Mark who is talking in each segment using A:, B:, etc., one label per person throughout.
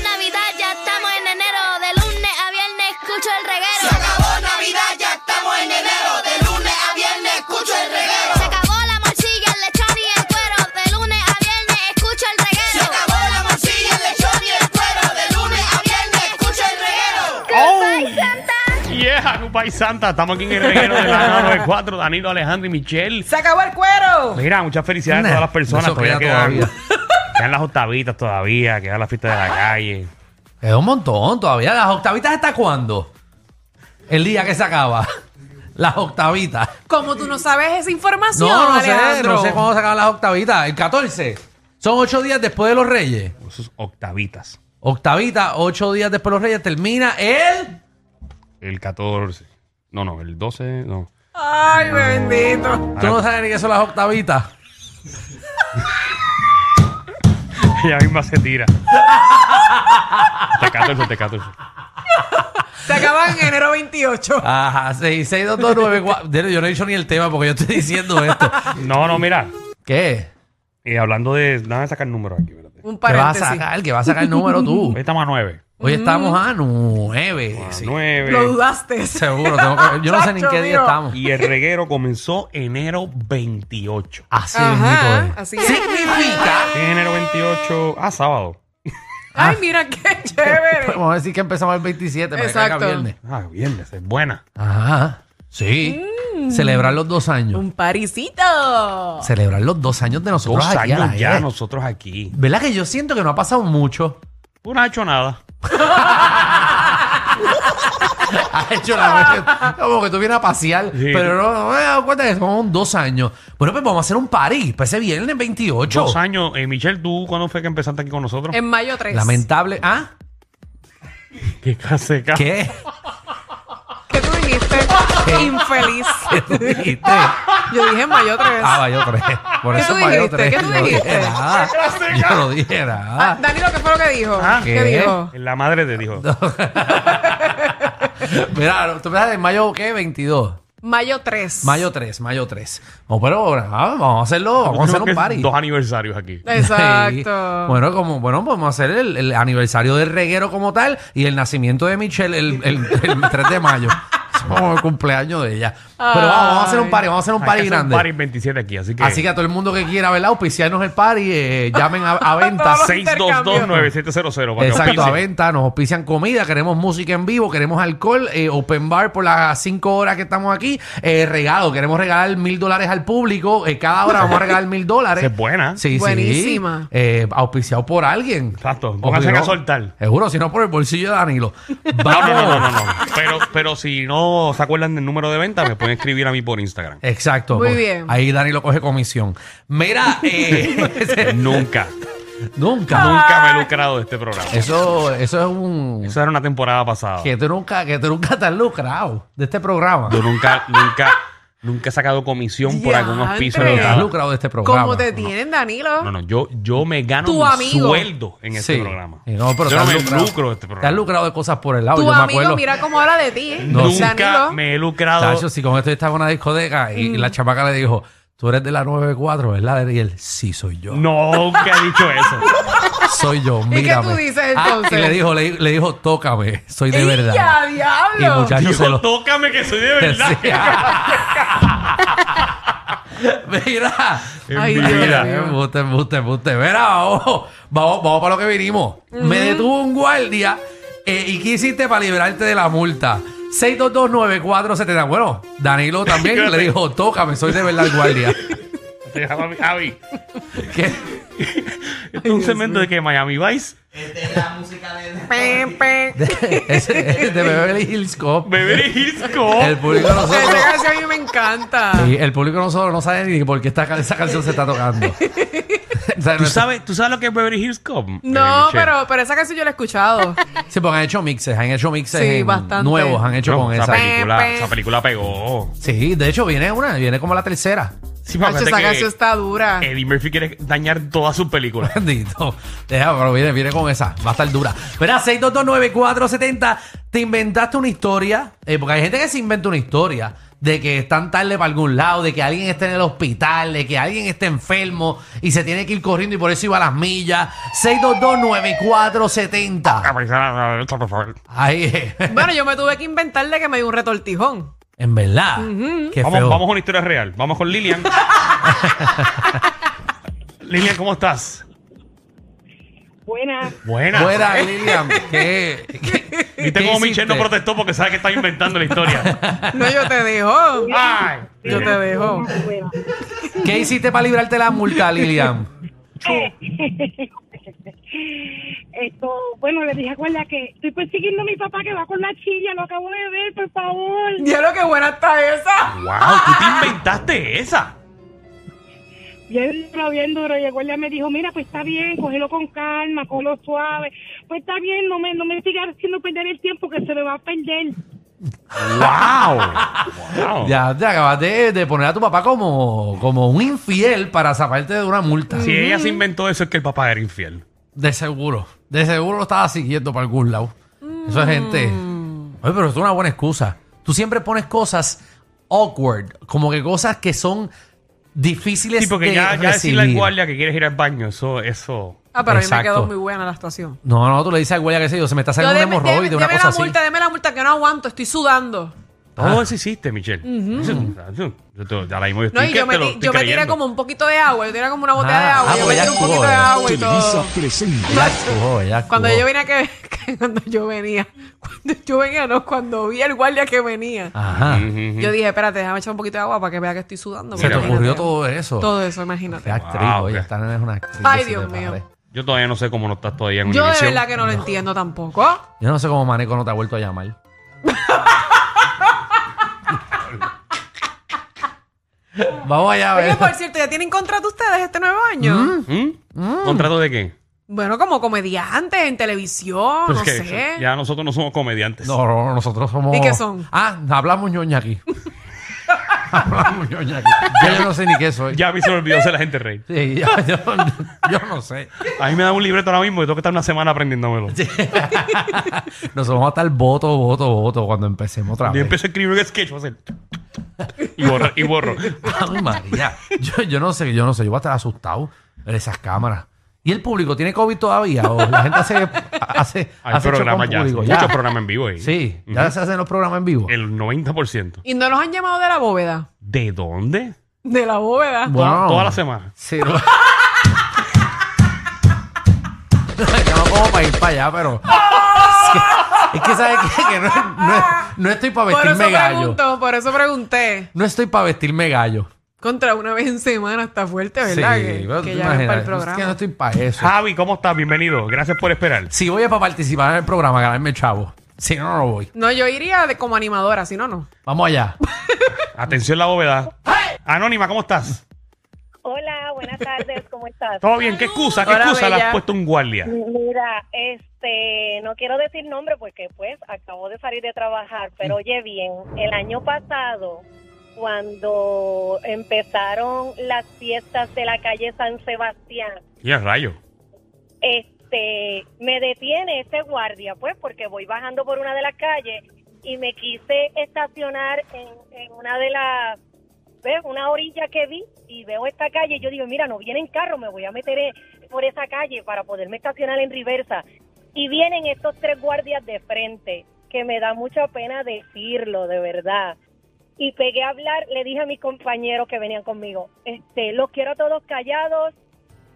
A: Navidad, ya estamos en enero. De lunes a viernes escucho el reguero.
B: Se acabó Navidad, ya estamos en enero. De lunes a viernes escucho el reguero.
A: Se acabó la morcilla, el lechón y el cuero. De lunes a viernes escucho el
B: Se
A: reguero.
B: acabó la morcilla, el lechón y el cuero. De lunes a viernes escucho el reguero.
C: Yeah, Cupa y Santa, estamos aquí en el reguero de la 94, Danilo, Alejandro y Michelle.
D: ¡Se acabó el cuero!
C: Mira, muchas felicidades a todas las personas.
E: eso queda todavía.
C: quedan las octavitas todavía, quedan las fiestas de la calle.
E: Es un montón todavía. ¿Las octavitas hasta cuándo? El día que se acaba. Las octavitas.
D: Como tú no sabes esa información,
E: No, no sé,
D: Alejandro.
E: no sé cuándo se acaban las octavitas. El 14. Son ocho días después de los Reyes.
C: Sus octavitas,
E: Octavita, ocho días después de los Reyes. Termina el.
C: el 14. No, no, el 12, no.
D: Ay, me bendito.
E: Tú no sabes ni qué son las octavitas.
C: Ella misma se tira. Te 14, te 14.
D: Se acaba en enero 28.
E: Ajá, 66294. Yo no he dicho ni el tema porque yo estoy diciendo esto.
C: No, no, mira.
E: ¿Qué?
C: eh, hablando de. Déjame sacar números aquí, espérate.
D: Un
E: ¿Qué vas
D: paréntesis.
E: a sacar? ¿Qué vas a sacar el número tú?
C: Hoy estamos a 9.
E: Hoy estamos a nueve. sí.
C: 9.
D: Lo dudaste.
E: Seguro. tengo que- yo no sé ni en qué día
D: Chacho,
E: estamos.
C: Y el reguero comenzó enero 28.
E: Así
D: Ajá,
E: mismito es.
D: así es.
E: Significa.
C: Sí, enero 28. Ah, sábado.
D: Ay, mira qué chévere.
E: Podemos decir que empezamos el 27, pero
D: Exacto.
E: Exacto. viernes.
C: Ah, viernes, es buena.
E: Ah, Ajá. Sí. Celebrar los dos años.
D: Mm. Un parisito.
E: Celebrar los dos años de
C: Dos
E: nosotros aquí a la
C: años ya
E: vez.
C: nosotros aquí.
E: ¿Verdad que yo siento que no ha pasado mucho?
C: Tú no has hecho nada.
E: Ha hecho la Como que tú vienes a pasear.
C: Sí.
E: Pero no, no me he dado cuenta que son dos años. Bueno, pues vamos a hacer un party. Pues ese viernes 28.
C: Dos años. Eh, Michelle, ¿tú cuándo fue que empezaste aquí con
E: Eh.
C: nosotros?
D: En mayo 3.
E: Lamentable. ¿Ah?
C: ¿Qué clase de ca-
E: ¿Qué?
D: ¿Qué tú dijiste? Infeliz.
E: ¿Qué Ah, tú dijiste? Ah,
D: Yo dije en mayo Ah, 3.
E: vayó tres. Por
D: ¿Qué
E: eso
D: tú
E: vayó
D: dijiste?
E: tres.
D: ¿Qué tú
E: Yo no dije
D: dijiste?
E: nada. Yo no dije nada.
D: Danilo, ¿qué fue lo que dijo?
C: Ah,
D: ¿Qué?
E: ah. ¿qué?
D: dijo?
C: La madre te dijo.
E: Mira, tú empezaste en mayo, ¿qué? 22.
D: Mayo 3.
E: Mayo 3, mayo 3. No, pero ahora, ah, vamos a hacerlo, vamos a hacer
C: Creo que
E: un party.
C: Dos aniversarios aquí.
D: Exacto.
E: Sí. Bueno, como, bueno, vamos a hacer el, el aniversario del reguero como tal y el nacimiento de Michelle el, el- el 3 de mayo. Es como el cumpleaños de ella. Pero vamos, vamos a hacer un party, vamos a hacer un
C: Hay
E: party
C: que hacer
E: grande.
C: Un party 27 aquí, así que.
E: Así que a todo el mundo que quiera, ¿verdad? Auspiciarnos el party, eh, llamen a, a venta.
D: Todos
C: 6229700
D: los
C: para que
E: Exacto, a
C: auspicien.
E: venta, nos auspician comida, queremos música en vivo, queremos alcohol, eh, open bar por las cinco horas que estamos aquí, eh, regalo, queremos regalar mil dólares al público, eh, cada hora vamos a regalar mil dólares.
C: Esa es buena.
E: Sí, sí.
D: Buenísima.
E: Eh, auspiciado por alguien.
C: Exacto,
E: O
C: pónganse
E: si no-
C: a soltar.
E: Seguro, si no por el bolsillo de Danilo.
C: No,
E: Vamos.
C: no, no, no, no, no. Pero, pero si no se acuerdan del número de venta, me pueden escribir a mí por Instagram.
E: Exacto.
D: Muy
E: porque
D: bien.
E: Ahí Danilo coge comisión. Mira, eh,
C: Nunca,
E: nunca.
C: nunca me he lucrado de este programa.
E: Eso, eso es un...
C: Eso era una temporada pasada.
E: Que tú nunca, que tú nunca te has lucrado de este programa.
C: Yo nunca, nunca, nunca he sacado comisión por algunos pisos de
D: Diantre.
E: Te has
C: nada.
E: lucrado de este programa.
D: ¿Cómo te tienen, Danilo?
C: No, no, yo, yo me gano
D: Tu
C: mi
D: amigo.
C: sueldo en este
E: Sí.
C: programa.
E: Y no,
C: yo
E: pero te
C: no
E: has
C: me
E: lucrado.
C: lucro de este
E: Te has
C: programa.
E: lucrado de cosas por el lado.
D: Tu
E: Yo me
D: amigo,
E: acuerdo.
D: mira cómo habla de ti. ¿eh?
E: No.
C: Nunca
D: Danilo.
C: me he lucrado.
E: Tacho, si con esto yo estaba en una discoteca y,
D: Mm.
E: y la chamaca le dijo, tú eres de la 94, ¿verdad? Y él, sí, soy yo.
C: Nunca he dicho eso.
E: Soy yo,
D: qué
E: mírame.
D: tú dices,
E: Ah,
D: entonces?
E: y le dijo, le, le dijo, tócame, soy de verdad.
D: ¡Ya, diablo!
E: Y muchacho se
C: Dijo,
E: lo...
C: tócame que soy de verdad.
E: Sí. Mira, eh,
C: En
D: Ay,
C: mi
D: Dios
C: vida.
D: mío.
E: Embuste, embuste, embuste. Mira, vamos, vamos, vamos para lo que vinimos. Me detuvo un guardia eh, y ¿qué hiciste para liberarte de la multa? 6229470. Bueno, Danilo también le dijo, tócame, soy de verdad el guardia.
C: Déjame, Javi.
E: ¿Qué?
C: Esto es un segmento de que Miami Vice,
D: Pem, pem.
E: Es, es de Beverly Hills Cop.
C: Beverly Hills Cop.
E: El público de nosotros...
D: Esa canción a mí me encanta.
E: Sí, el público de nosotros no sabe ni por qué esta, ca- esa canción se está tocando. O sea,
C: ¿Tú
E: no-
C: sabes, ¿Tú sabes lo que es Beverly Hills Cop?
D: No,
C: Eh, Michelle.
D: pero, pero esa canción yo la he escuchado.
E: Sí, porque han hecho mixes, han hecho mixes
D: Sí,
E: en-
D: bastante.
E: nuevos, han hecho
C: No,
E: con
C: esa,
E: esa.
C: película,
D: Pe- pe-
C: esa película pegó.
E: Sí, de hecho viene una, viene como la tercera.
C: Sí,
D: Hacho,
C: fíjate
D: esa
C: que
D: canción está dura.
E: eh,
C: Eddie Murphy quiere dañar todas sus películas.
E: Bendito. Deja, pero viene, viene con esa. Va a estar dura. Mira, 6229470. Te inventaste una historia. eh, porque hay gente que se inventa una historia. De que están tarde para algún lado, de que alguien esté en el hospital, de que alguien esté enfermo y se tiene que ir corriendo y por eso iba a las millas.
C: Ah,
E: 6229470.
C: pues,
E: Ahí es.
D: Bueno, yo me tuve que inventar de que me dio un retortijón.
E: En verdad. Qué
C: Vamos,
E: feo.
C: vamos a una historia real. Vamos con Lilian. Lilian, ¿cómo estás?
F: Buena.
C: Buena.
E: Fuera, Lilian. ¿Qué, qué,
C: Viste
E: qué
C: cómo Michelle no
E: hiciste?
C: protestó porque sabe que está inventando la historia.
D: No, yo te dejo.
C: Ay.
D: Yo te dejo.
F: Buena.
E: ¿Qué hiciste para librarte la multa, Lilian?
F: Esto, bueno, le dije a Guardia que estoy persiguiendo a mi papá que va con la chilla, lo acabo de ver, por favor.
D: Ya lo que buena está esa.
C: Wow, tú te inventaste esa.
F: Bien duro, bien duro. Y el guardia me dijo, mira, pues está bien, cógelo con calma, cógelo suave. Pues está bien, no me, no me sigas haciendo perder el tiempo que se me va a perder.
C: Wow. wow.
E: Ya te acabas de, de poner a tu papá como, como un infiel para zafarte de una multa.
C: Si ella se inventó eso es que el papá era infiel.
E: De seguro. De seguro lo estaba siguiendo para algún lado. Eso es gente.
D: Mm.
E: Oye, pero es una buena excusa. Tú siempre pones cosas awkward, como que cosas que son difíciles
C: Sí, porque
E: de
C: ya, ya decirle al
E: recibir.
C: guardia que quieres ir al baño, eso, eso.
D: Ah, pero a mí
E: Exacto.
D: me quedó muy buena la actuación.
E: No, no, tú le dices al guardia que sé yo, se me está
D: Yo
E: saliendo un
D: deme- deme-
E: hemorroide, una
D: deme
E: cosa
D: la
E: así.
D: multa, deme la multa que no aguanto, estoy sudando. Ah.
C: Todo eso hiciste, Michelle. Eso- eso- Ahora mismo yo estoy
D: No, y
C: que
D: yo me,
C: te lo
D: ti-
C: estoy
D: yo me tiré
C: creyendo.
D: como un poquito de agua, yo tiré como una botella
E: Ah,
D: de agua,
E: ah,
D: yo
E: porque
D: me
E: ya eh,
D: tiré un
E: actuó,
D: poquito de
E: ya.
D: agua y todo.
E: Ya actuó, ya actuó.
D: Cuando yo venía que, que cuando yo venía, cuando yo venía, no, cuando vi al guardia que venía,
C: Mm,
E: Ajá.
D: yo dije, espérate, déjame echar un poquito de agua para que vea que estoy sudando.
E: Se te
D: porque
E: ocurrió
D: imagínate.
E: todo eso.
D: Todo eso, imagínate.
E: Qué actriz,
C: Wow,
E: oye,
C: qué-
E: esta nena es una actriz.
D: Ay,
E: que se
D: Dios
E: te
D: mío.
E: pare.
C: Yo todavía no sé cómo no estás todavía en
D: Yo de
C: Univision.
D: verdad que no lo entiendo tampoco.
E: Yo no sé cómo Maneco no te ha vuelto a llamar. Vamos allá a
D: Oye, pues.
E: ver.
D: por cierto, ¿ya tienen contrato ustedes este nuevo año?
C: ¿Mm? ¿Contrato de qué?
D: Bueno, como comediantes en televisión,
C: Pues
D: no
C: que
D: sé.
C: Ya nosotros no somos comediantes.
E: No, no, nosotros somos.
D: ¿Y qué son?
E: Ah, hablamos ñoña aquí. hablamos ñoña aquí. Yo, yo no sé ni qué soy.
C: Ya a mí se me olvidó hacer la gente reír.
E: Sí, yo, yo, yo no sé.
C: A mí me da un libreto ahora mismo y tengo que estar una semana aprendiéndomelo.
E: Nos vamos a estar voto, voto, voto cuando empecemos otra
C: Yo
E: vez.
C: empiezo a escribir un sketch, voy a hacer... Y borro, y borro.
E: Ay, María. Yo, yo no sé, yo no sé. Yo voy a estar asustado en esas cámaras. ¿Y el público tiene COVID todavía? ¿O la gente hace, hace,
C: Hay
E: hace show
C: programas
E: con
C: ya,
E: público?
C: muchos programas en vivo ahí.
E: Sí, ya se hacen los programas en vivo.
C: El 90%.
D: Y no los han llamado de la bóveda.
C: ¿De dónde?
D: De la bóveda.
E: Wow.
C: Toda la semana.
E: Sí, no. Yo no como para ir para allá, pero. Es que, es que ¿sabes qué? Que no, no- no estoy para
D: Por eso
E: vestirme gallo.
D: pregunto, por eso pregunté.
E: No estoy para vestirme gallo.
D: Contra una vez en semana está fuerte, ¿verdad? que
E: pero
D: que
E: tú
D: ya no es para el
E: imaginas,
D: programa.
E: Es que no estoy para eso.
C: Javi, ¿cómo estás? Bienvenido. Gracias por esperar.
E: Si voy es para participar en el programa, ganarme chavo. Si no, no voy.
D: No, yo iría de, como animadora, si no, no.
E: Vamos allá.
C: Atención la bóveda. Anónima, ¿cómo estás?
F: Hola, buenas tardes, ¿cómo estás?
C: ¿Todo bien? ¿Qué excusa? ¿Qué
D: Hola,
C: excusa le
D: bella.
C: has puesto un guardia?
F: Mira, este, no quiero decir nombre porque pues acabo de salir de trabajar, pero oye bien, el año pasado cuando empezaron las fiestas de la calle San Sebastián,
C: Y a rayo.
F: este, me detiene ese guardia, pues, porque voy bajando por una de las calles y me quise estacionar en, en una de las, ¿ves? Una orilla que vi y veo esta calle y yo digo, mira, no vienen carros, me voy a meter eh, por esa calle para poderme estacionar en reversa. Y vienen estos tres guardias de frente, que me da mucha pena decirlo, de verdad y pegué a hablar, le dije a mis compañeros que venían conmigo, este, los quiero a todos callados,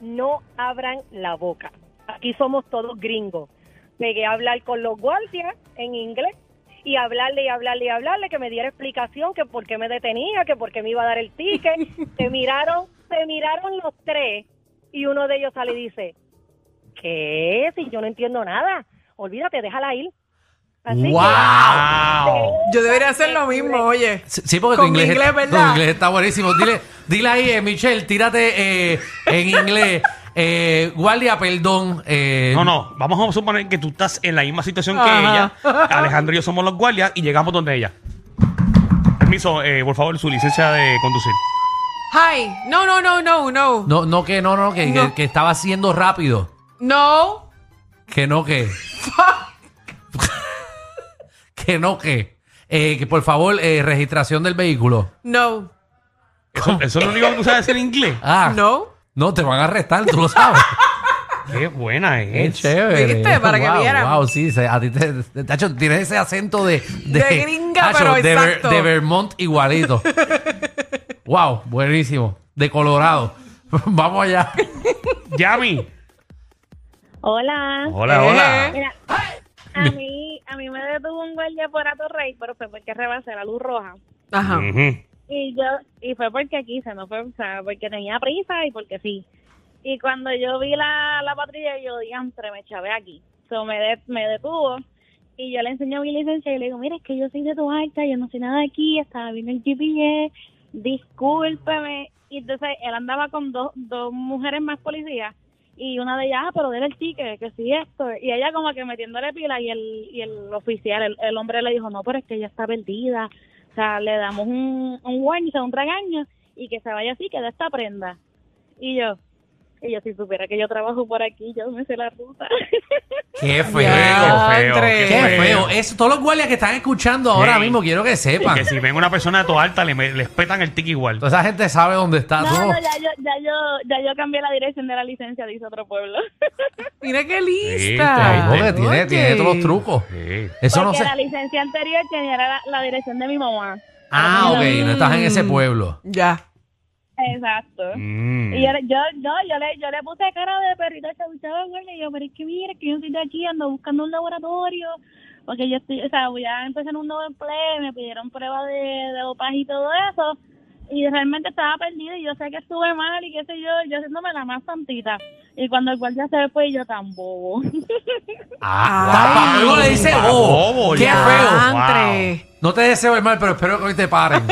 F: no abran la boca. Aquí somos todos gringos. Pegué a hablar con los guardias en inglés y hablarle y hablarle y hablarle que me diera explicación, que por qué me detenía, que por qué me iba a dar el ticket. se miraron, se miraron los tres y uno de ellos sale y dice, ¿qué? Si yo no entiendo nada, olvídate, déjala ir. Así que-
C: ¡Wow!
D: Yo debería hacer lo mismo, oye.
E: Sí, sí, porque tu
D: Con mi
E: inglés,
D: inglés,
E: está-
D: ¿verdad?
E: tu inglés está buenísimo. Dile, dile ahí, eh, Michelle, tírate eh, en inglés. Eh, guardia, perdón. eh,
C: No, no, vamos a suponer que tú estás en la misma situación que
D: Ajá.
C: ella. Alejandro y yo somos los guardias y llegamos donde ella. Permiso, eh, por favor, su licencia de conducir.
D: Hi. No, no, no, no, no.
E: No, no, que no, no, que, que-
D: No.
E: que estaba haciendo rápido.
D: No.
E: Que no, que. que no, que. Eh, que por favor, eh, registración del vehículo.
D: No.
C: Eso, eso es lo único que tú sabes decir en inglés.
E: Ah,
D: No.
E: No, te van a arrestar, tú lo sabes.
C: Qué buena
E: Qué
C: es.
E: chévere.
D: ¿Viste? Para que
E: Wow,
D: vieran.
E: Wow, sí, se- a ti te, te- tacho, tienes ese acento de.
D: De gringa, pero
E: de, Ver-
D: exacto.
E: de Vermont igualito. wow, buenísimo. De Colorado. Vamos allá.
C: Yami.
F: Hola.
C: Hola, hola.
D: Eh.
F: Mira, a mí, a mí me detuvo un guardia por Ato Rey, pero fue porque rebasé la luz roja.
D: Ajá.
E: Mm.
C: Ujú.
F: Y yo, y fue porque quise, no fue, o sea, porque tenía prisa y porque sí. Y cuando yo vi la, la patrulla, yo, diantre, me chavé aquí. So, me, de- me detuvo y yo le enseñé mi licencia y le digo, mira, es que yo soy de tu alta, yo no sé nada de aquí, estaba viendo el GPS, discúlpeme. Y entonces él andaba con dos, dos mujeres más policías y una de ellas, ah, pero déle el ticket, que sí esto. Y ella como que metiéndole pila y el, y el oficial, el, el hombre le dijo, no, pero es que ella está perdida. O sea, le damos un, un warning, o sea, un tragaño y que se vaya así, que da esta prenda. Y yo, y yo si supiera que yo trabajo por aquí, yo me sé la ruta.
E: Qué feo.
D: Ya,
C: feo,
D: entre.
E: Qué feo. Eso, todos los guardias que están escuchando ahora
C: Ey.
E: mismo, quiero que sepan.
C: Que si ven una persona de tu alta, le, me- les petan el ticket igual.
E: Toda esa gente sabe dónde está.
F: No,
E: tú
F: no, ya yo, ya yo, ya yo cambié la dirección de la licencia, dice otro pueblo.
D: Mira qué
E: Ay,
D: lista.
C: Viste,
E: joder, tiene,
D: Oye.
E: tiene todos los trucos.
C: Sí.
E: Eso no
F: Porque
E: se.
F: la licencia anterior tenía la, la dirección de mi mamá.
E: Ah, ok, no estás en
D: Mm.
E: ese pueblo.
D: Ya.
F: Exacto.
C: Mm.
F: Y yo, le- yo, no, yo, le, yo le puse cara de perrito chabuchado, güey. Y yo, pero es que mira, que yo estoy de aquí, ando buscando un laboratorio. Porque yo estoy, o sea, voy a empezar un nuevo empleo. Me pidieron pruebas de, de dopaje y todo eso. Y realmente estaba perdida. Y yo sé que estuve mal y qué sé yo. Yo haciéndome la más santita. Y cuando el guardia se fue, yo tan bobo.
E: Ah,
D: Ay.
E: wow. Luego le dice, oh,
C: Bobo,
E: qué
C: ya.
E: feo.
D: Entre.
E: No te deseo el mal, pero espero que hoy te paren.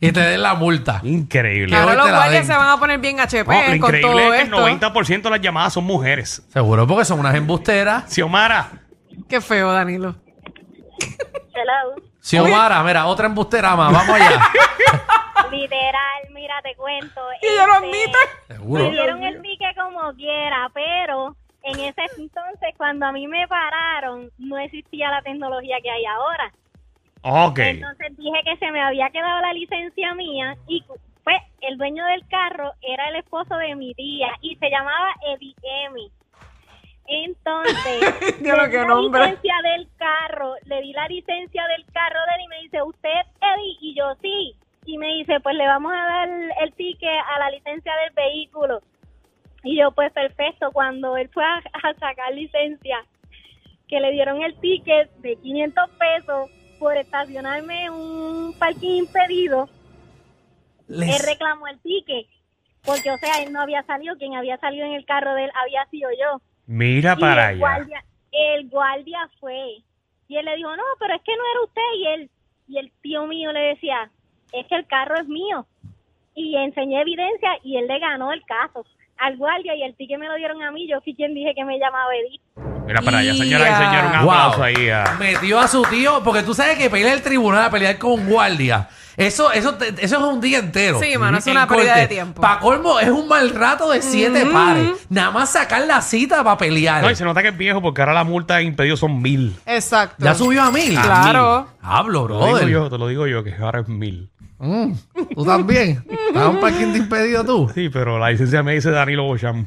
E: y te den la multa.
C: Increíble.
E: Claro.
D: Ahora
E: hoy
D: los
E: te la
D: guardias
E: den.
D: se van a poner bien HP
C: No, lo
D: Ah, pues, con todo
C: increíble es que
D: esto.
C: el 90% de las llamadas son mujeres.
E: Seguro, porque son unas embusteras.
C: Xiomara.
D: Qué feo, Danilo.
F: Hello.
E: Xiomara, mira, otra embustera más. Vamos allá.
F: Literal, mira, te cuento. este,
D: Y ella lo admite.
F: Me
E: Seguro.
F: dieron el pique como quiera, pero en ese entonces, cuando a mí me pararon, no existía la tecnología que hay ahora.
C: Ok.
F: Entonces dije que se me había quedado la licencia mía y cu- pues el dueño del carro era el esposo de mi tía y se llamaba Eddie Emi. Entonces,
D: Ya lo
F: le di
D: que
F: la
D: nombra.
F: licencia del carro, le di la licencia del carro de él y me dice, ¿usted es Eddie? Y yo, sí. Y me dice, pues le vamos a dar el ticket a la licencia del vehículo. Y yo, pues perfecto, cuando él fue a, a sacar licencia, que le dieron el ticket de 500 pesos por estacionarme en un parking impedido, él reclamó el ticket. Porque, o sea, él no había salido, quien había salido en el carro de él había sido yo.
C: Mira
F: Y
C: para
F: el
C: allá.
F: guardia, el guardia fue. Y él le dijo, no, pero es que no era usted. Y él, y el tío mío le decía, es que el carro es mío. Y enseñé evidencia y él le ganó el caso al guardia y el ticket me lo dieron a mí. Yo fui quien dije que me llamaba Edith.
C: Mira para allá, señora y
D: Ya.
C: señor. Un
E: Wow.
C: aplauso ahí. a-
E: Metió a su tío, porque tú sabes que pelear el tribunal, pelear con un guardia. Eso, eso, te- eso es un día entero.
D: Sí, mano, es una pérdida de tiempo.
E: Para colmo, es un mal rato de siete pares. Nada más sacar la cita para pelear.
C: No, y se nota que es viejo porque ahora la multa de impedido son mil.
D: Exacto.
E: Ya subió a mil.
D: Claro.
E: Hablo,
C: Te lo digo
E: brother.
C: yo, te lo digo yo, que ahora es mil.
E: Mm, tú también. ¿Estás un parking de impedido tú?
C: Sí, pero la licencia me dice Danilo Bocham.